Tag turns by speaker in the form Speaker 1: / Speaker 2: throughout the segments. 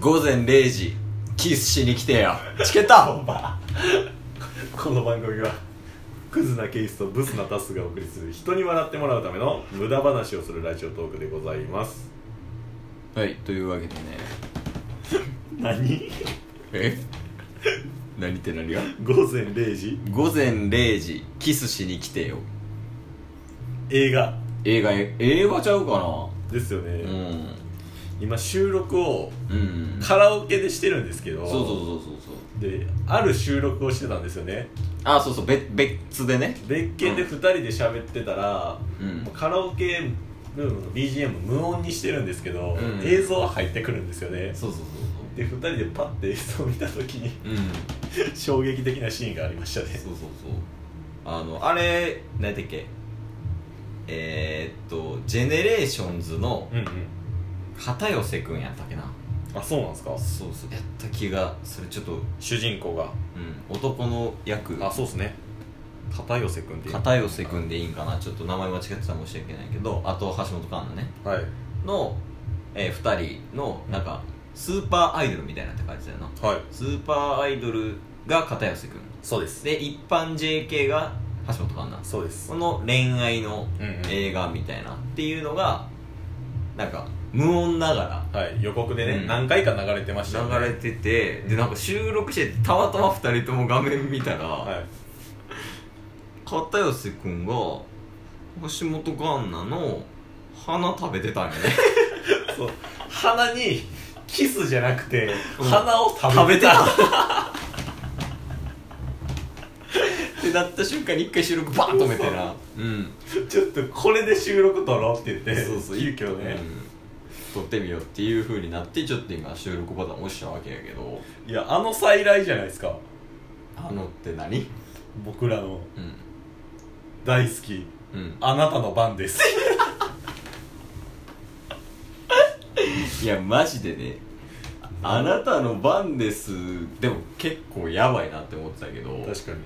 Speaker 1: 午前0時キスしに来てよチ ケット
Speaker 2: こんばんはこの番組はクズなケースとブスなタスがお送りする人に笑ってもらうための無駄話をするラジオトークでございます
Speaker 1: はいというわけでね
Speaker 2: 何
Speaker 1: え 何って何が
Speaker 2: 午前0時
Speaker 1: 午前0時キスしに来てよ
Speaker 2: 映画
Speaker 1: 映画映画ちゃうか
Speaker 2: ですよね、
Speaker 1: なうん
Speaker 2: 今収録を
Speaker 1: うん
Speaker 2: カラオケでしてるんですけど
Speaker 1: そうそうそうそうそう
Speaker 2: である収録をしてたんですよね
Speaker 1: あそうそう別別でね
Speaker 2: 別件で2人で喋ってたら、
Speaker 1: うん
Speaker 2: カラオケルームの BGM 無音にしてるんですけど、
Speaker 1: うん
Speaker 2: 映像は入ってくるんですよね
Speaker 1: そうそうそう
Speaker 2: で2人でパッて映像を見た時に
Speaker 1: そううん
Speaker 2: 衝撃的なシーンがありましたね
Speaker 1: そうそうそうあのあれ何だっけえー、っとジェネレーションズの
Speaker 2: うんうん
Speaker 1: 片寄君やったっけな
Speaker 2: あそうなんですか
Speaker 1: そうそうやった気がそれちょっと、うん、
Speaker 2: 主人公が
Speaker 1: 男の役
Speaker 2: あそうですね片寄君っていう
Speaker 1: 片寄君でいいんかなちょっと名前間違ってたら申し訳ないけどあと橋本環奈ね
Speaker 2: はい
Speaker 1: の、え2人のなんかスーパーアイドルみたいなって感じだよな
Speaker 2: はい
Speaker 1: スーパーアイドルが片寄君
Speaker 2: そうです
Speaker 1: で一般 JK が橋本環奈
Speaker 2: そうです
Speaker 1: その恋愛の
Speaker 2: うんうん
Speaker 1: 映画みたいなっていうのがなんか無音なが
Speaker 2: はい予告でね、
Speaker 1: うん
Speaker 2: 何回か流れてましたよね
Speaker 1: ら流れててでなんか収録しててたまたま2人とも画面見たら、
Speaker 2: はい
Speaker 1: 片寄君が橋本環奈の花食べてたんやね
Speaker 2: そう鼻にキスじゃなくて、
Speaker 1: うん
Speaker 2: 鼻を食
Speaker 1: 食べ
Speaker 2: べ
Speaker 1: て
Speaker 2: てた
Speaker 1: たってなった瞬間に一回収録バーン止めてなうん
Speaker 2: ちょっとこれで収録撮ろうって言って
Speaker 1: そうそう
Speaker 2: 急遽ね、
Speaker 1: うん撮ってみようっていう風になってちょっと今収録ボタン押したわけやけど
Speaker 2: いやあの再来じゃないですか
Speaker 1: あのって何
Speaker 2: 僕らの
Speaker 1: うん
Speaker 2: 大好き
Speaker 1: うん
Speaker 2: あなたの番です
Speaker 1: いやマジでねあなたの番ですでも結構やばいなって思ってたけど
Speaker 2: 確かに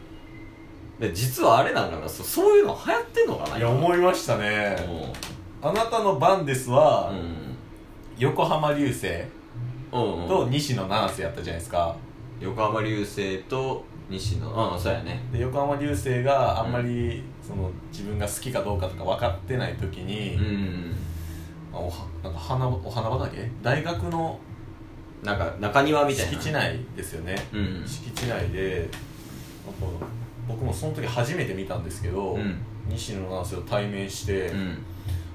Speaker 1: で実はあれなんかなそそういうの流行ってんのかない
Speaker 2: や思いましたね
Speaker 1: も
Speaker 2: あなたの番です
Speaker 1: う
Speaker 2: は、
Speaker 1: うん
Speaker 2: 横浜流星
Speaker 1: うんうん
Speaker 2: と西野七瀬やったじゃないですか
Speaker 1: 横浜流星と西野うんそうやね
Speaker 2: で横浜流星があんまり、その自分が好きかどうかとか分かってない時に、
Speaker 1: うん
Speaker 2: まあおはなんか花お花畑大学の
Speaker 1: なんか中庭みたいな
Speaker 2: 敷地内ですよね、
Speaker 1: うん
Speaker 2: 敷地内でなんか僕もその時初めて見たんですけど、
Speaker 1: うん
Speaker 2: 西野七瀬を対面して、
Speaker 1: うん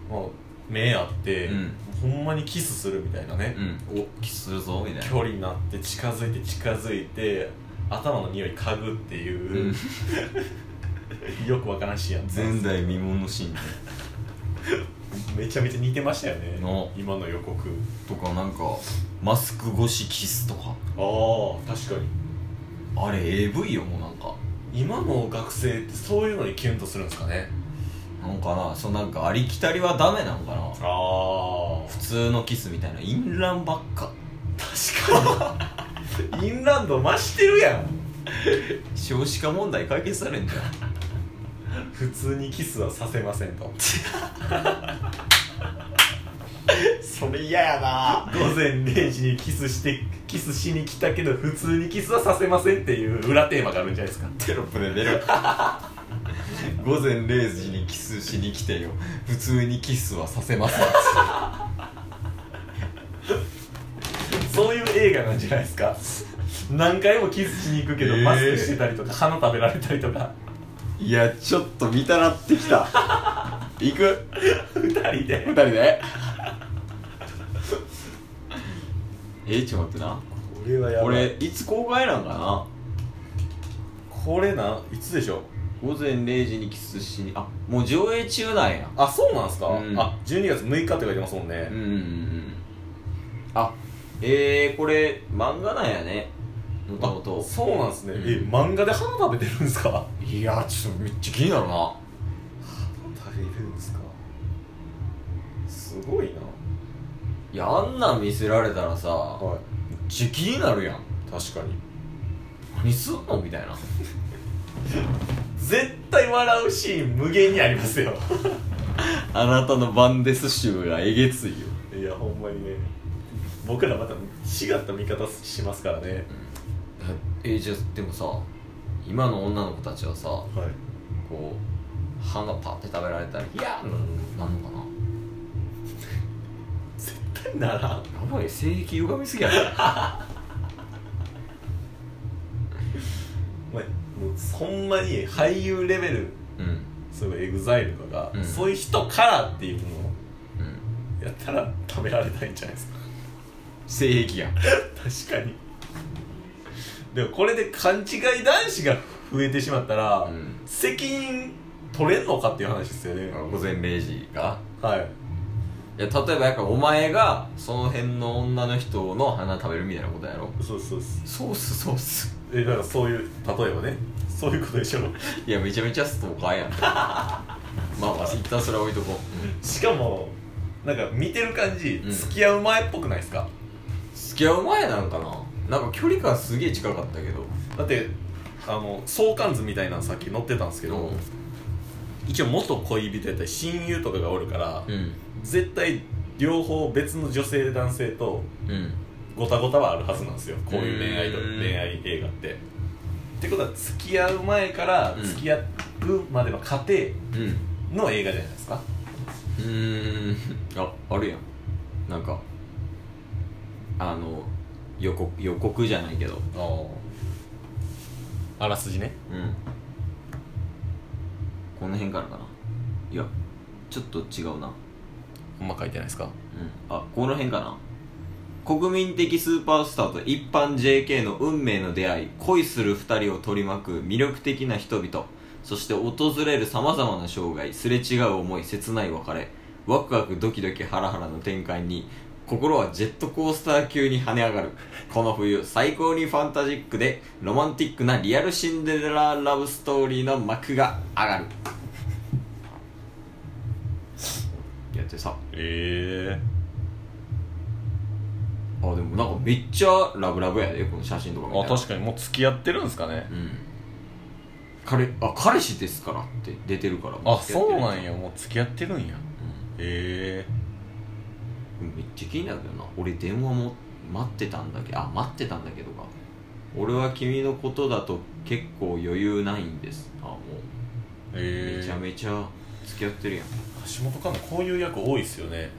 Speaker 2: まあ、目合って、
Speaker 1: うん
Speaker 2: ほんまにキスするみたいなね、
Speaker 1: うんおキスするぞみたいな
Speaker 2: 距離になって近づいて近づいて頭の匂い嗅ぐっていう、よくわからんシーンやったん
Speaker 1: 前
Speaker 2: です
Speaker 1: 代未聞のシーンね
Speaker 2: めちゃめちゃ似てましたよね
Speaker 1: な
Speaker 2: 今の予告
Speaker 1: とかなんかマスク越しキスとか
Speaker 2: ああ確かに
Speaker 1: あれ AV よもうなんか
Speaker 2: 今の学生ってそういうのにキュンとするんですかね
Speaker 1: なんかなそのなんかありきたりはダメなんかな
Speaker 2: あ
Speaker 1: 普通のキスみたいなインランばっか
Speaker 2: 確かにインランド増してるやん
Speaker 1: 少子化問題解決されんじゃん
Speaker 2: 普通にキスはさせませんと
Speaker 1: それ嫌やな
Speaker 2: 午前0時にキスしてキスしに来たけど普通にキスはさせませんっていう裏テーマがあるんじゃないですか
Speaker 1: テロップで出る午前0時にキスしに来てよ普通にキスはさせません
Speaker 2: そういう映画なんじゃないですか何回もキスしに行くけど、
Speaker 1: えー
Speaker 2: マスクしてたりとか花食べられたりとか
Speaker 1: いやちょっと見たなってきた行く
Speaker 2: 2人で
Speaker 1: 二人で えちょっと待ってな
Speaker 2: これはやばい
Speaker 1: これいつ公開なんかな
Speaker 2: これないつでしょう
Speaker 1: 午前0時にキスしにあもう上映中なんや
Speaker 2: あそうなんすか、
Speaker 1: うん
Speaker 2: あ12月6日って書いてますもんね
Speaker 1: うん、うんうんあえー、これ漫画なんやねもとも
Speaker 2: あ
Speaker 1: と
Speaker 2: そうなんすね、
Speaker 1: うん
Speaker 2: え漫画で花食べてるんすか
Speaker 1: いやちょっとめっちゃ気になるな
Speaker 2: 食べるんですかすごいない
Speaker 1: やあんなん見せられたらさ、
Speaker 2: はい
Speaker 1: めっちゃ気になるやん
Speaker 2: 確かに
Speaker 1: 何すんのみたいな
Speaker 2: 絶対笑うシーン無限にあります よ
Speaker 1: あなたのバンデス集がえげついよ
Speaker 2: いやほんまにね僕らまた違った見方しますからね
Speaker 1: えじゃあでもさ今の女の子たちはさこ
Speaker 2: はいう
Speaker 1: 歯がパッて食べられたら「いやー!」なんのか
Speaker 2: 絶対ならん
Speaker 1: なやばい性癖歪みすぎやろ
Speaker 2: お前もうほんまに俳優レベル
Speaker 1: うん
Speaker 2: そういうエグザイルとか、
Speaker 1: うん
Speaker 2: そういう人からっていうのを
Speaker 1: うん
Speaker 2: やったら食べられないんじゃないですか
Speaker 1: 性癖やん
Speaker 2: 確かにでもこれで勘違い男子が増えてしまったら、
Speaker 1: うん
Speaker 2: 責任取れんのかっていう話ですよね、
Speaker 1: 午前0時が
Speaker 2: はい
Speaker 1: いや例えばやからお前がその辺の女の人の花食べるみたいなことやろ
Speaker 2: そうそうそう
Speaker 1: ソースソース
Speaker 2: えだからそういう例えばねそういうことでしょ
Speaker 1: いやめちゃめちゃストーカーやん まあまあ一旦それは置いとこう、うん
Speaker 2: しかもなんか見てる感じ、
Speaker 1: うん
Speaker 2: 付き合う前っぽくないですか
Speaker 1: 付き合う前なんかななんか距離感すげえ近かったけど
Speaker 2: だってあの相関図みたいなのさっき載ってたんですけど、一応元恋人やったり親友とかがおるから、
Speaker 1: うん
Speaker 2: 絶対両方別の女性男性と
Speaker 1: うん
Speaker 2: ごたごたはあるはずなんですよこういう恋愛と
Speaker 1: うん
Speaker 2: 恋愛映画ってってことは付き合う前から
Speaker 1: うん
Speaker 2: 付き合うまでの過程
Speaker 1: うん
Speaker 2: の映画じゃないですか、
Speaker 1: うーんああるやんなんかあの予告予告じゃないけど
Speaker 2: あらすじね
Speaker 1: うんこの辺からかないやちょっと違うな
Speaker 2: ほんま書いてないですか
Speaker 1: うんあこの辺かな国民的スーパースターと一般 JK の運命の出会い恋する2人を取り巻く魅力的な人々そして訪れるさまざまな生涯すれ違う思い切ない別れワクワクドキドキハラハラの展開に心はジェットコースター級に跳ね上がるこの冬最高にファンタジックでロマンティックなリアルシンデレララブストーリーの幕が上がるやってさ
Speaker 2: え
Speaker 1: あでもなんかめっちゃラブラブやでこの写真とか
Speaker 2: え
Speaker 1: 見たら
Speaker 2: かにもう付き合ってるんですかね
Speaker 1: うん彼あ彼氏ですからって出てるからや、
Speaker 2: やもう付き合ってるんやえ
Speaker 1: うん、めっちゃ気になるけどな俺電話も待ってたんだけどあ待ってたんだけどか俺は君のことだと結構余裕ないんですあも
Speaker 2: え
Speaker 1: うめちゃめちゃ付き合ってるやん
Speaker 2: 橋本環奈こういう役多いっすよね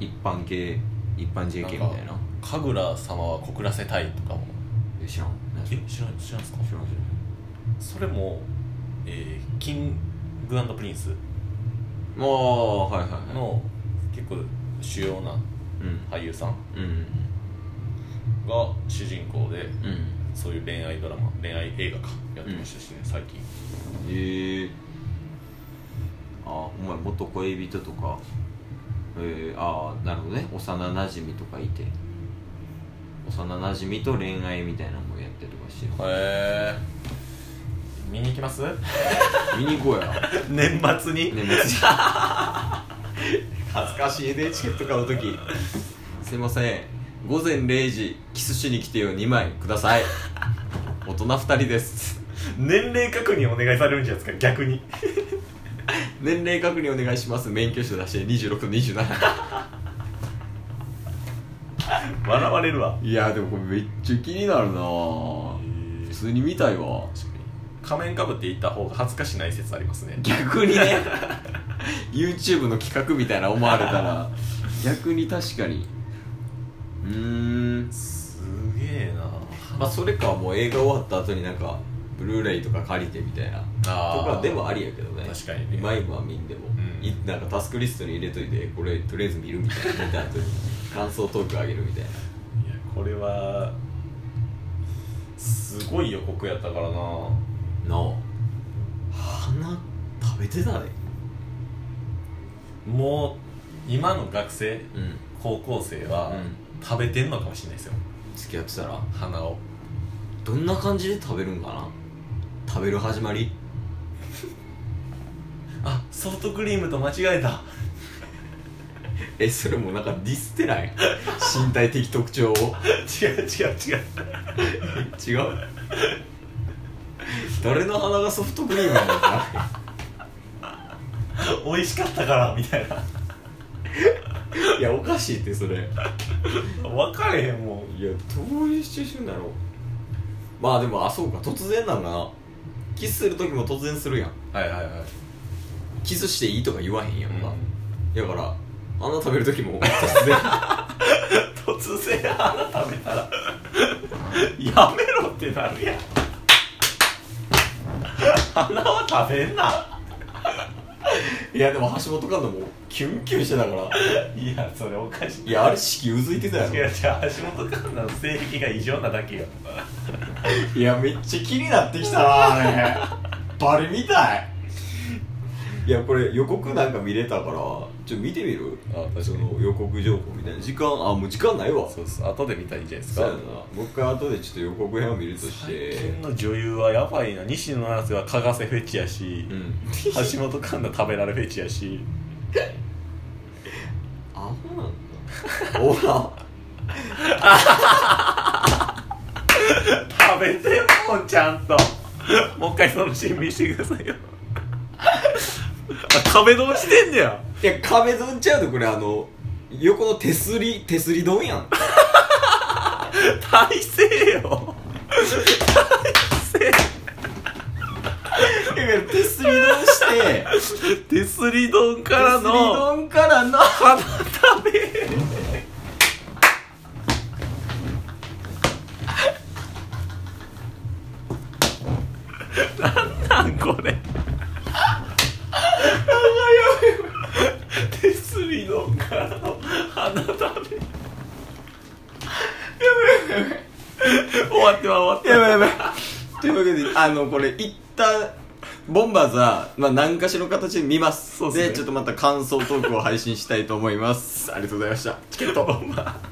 Speaker 1: 一般系一般 JK みたいな
Speaker 2: 神楽様は告らせたいとかも
Speaker 1: え知らん何そ
Speaker 2: え
Speaker 1: れ
Speaker 2: 知らない知らんすか
Speaker 1: 知らん知らん
Speaker 2: それも、えーキングプリンス
Speaker 1: ああはいはいはい
Speaker 2: の結構主要な
Speaker 1: うん
Speaker 2: 俳優さん
Speaker 1: うん
Speaker 2: が主人公で
Speaker 1: うんうん
Speaker 2: そういう恋愛ドラマ恋愛映画かやってましたしね、最近
Speaker 1: へえあお前元恋人とかえー、ああなるほどね幼なじみとかいて幼なじみと恋愛みたいなのもやってるとかしてる
Speaker 2: へえ見に行きます
Speaker 1: 見に行こうや
Speaker 2: 年 末に
Speaker 1: ね恥ずかしいねチケット買う時 すいません午前0時キスしに来てよ2枚ください大人2人です
Speaker 2: 年齢確認お願いされるんじゃないですか逆 に
Speaker 1: 年齢確認お願いします免許証出して26と27
Speaker 2: 笑われるわ
Speaker 1: いやでもこれめっちゃ気になるなぁ普通に見たいわ
Speaker 2: 仮面かぶって行った方が恥ずかしない説ありますね
Speaker 1: 逆に ね YouTube の企画みたいな思われたら逆に確かにうーん
Speaker 2: すげえな
Speaker 1: まあそれかもう映画終わった後になんかブルーレイとか借りてみたいな
Speaker 2: あー
Speaker 1: とかでもありやけどね
Speaker 2: 確かにね
Speaker 1: 今今は見んでも、
Speaker 2: うん
Speaker 1: いなんかタスクリストに入れといてこれとりあえず見るみたいな見た 後に感想トークあげるみたいない
Speaker 2: やこれはすごい予告やったからな
Speaker 1: の花食べてたね
Speaker 2: もう今の学生
Speaker 1: うん
Speaker 2: 高校生は、
Speaker 1: うん
Speaker 2: 食べてんのかもしれないですよ
Speaker 1: 付き合ってたら
Speaker 2: 花を
Speaker 1: どんな感じで食べるんかな食べる始まり
Speaker 2: あソフトクリームと間違えた
Speaker 1: えそれもなんかディスってない身体的特徴を
Speaker 2: 違う違う違う
Speaker 1: 違う誰の鼻がソフトクリームなのか
Speaker 2: 美味しかったからみたいな
Speaker 1: いやおかしいってそれいや
Speaker 2: 分かれへんもん
Speaker 1: どういうシチュエーションだろうまあでもあそうか突然なんかなキスする時も突然するやん
Speaker 2: はいはいはい
Speaker 1: キスしていいとか言わへんやんか、
Speaker 2: う
Speaker 1: だからあの食べる時も突然
Speaker 2: ん突然花食べたらやめろってなるやん花は食べんない
Speaker 1: やでも橋本環奈もキュンキュンしてたから
Speaker 2: いやそれおかしい
Speaker 1: いやあれ式うずいてたやろ
Speaker 2: 違う違う橋本環奈の性癖が異常なだけよ
Speaker 1: いやめっちゃ気になってきたなあれバレみたいいやこれ予告なんか見れたからちょっと見てみる
Speaker 2: あ確かに
Speaker 1: その予告情報みたいな時間あもう時間ないわ
Speaker 2: うです後で見たらいいんじゃないで
Speaker 1: そうやなもう一回後でちょっと予告編を見るとして
Speaker 2: 最近の女優はやばいな西野七瀬は加賀瀬フェチやし、
Speaker 1: うん
Speaker 2: 橋本環奈食べられフェチやし
Speaker 1: アホなんだ ほら
Speaker 2: 食べてもんちゃんともう一回そのシーン見してくださいよあ食べどうしてんねや
Speaker 1: いや壁ドンちゃうとこれあの横の手すり手すり丼やん
Speaker 2: 大勢よ
Speaker 1: 手すり丼 して
Speaker 2: 手すり丼から
Speaker 1: 手すり
Speaker 2: の
Speaker 1: 丼から の
Speaker 2: 花食べなんなんこれ手すり丼からの花食べやべやべ終わってまう終わってまう
Speaker 1: やばいやばいというわけであのこれ一旦ボンバーズは、まあ、何かしらの形で見ます
Speaker 2: そうですね
Speaker 1: でちょっとまた感想トークを配信したいと思いますありがとうございました
Speaker 2: チケット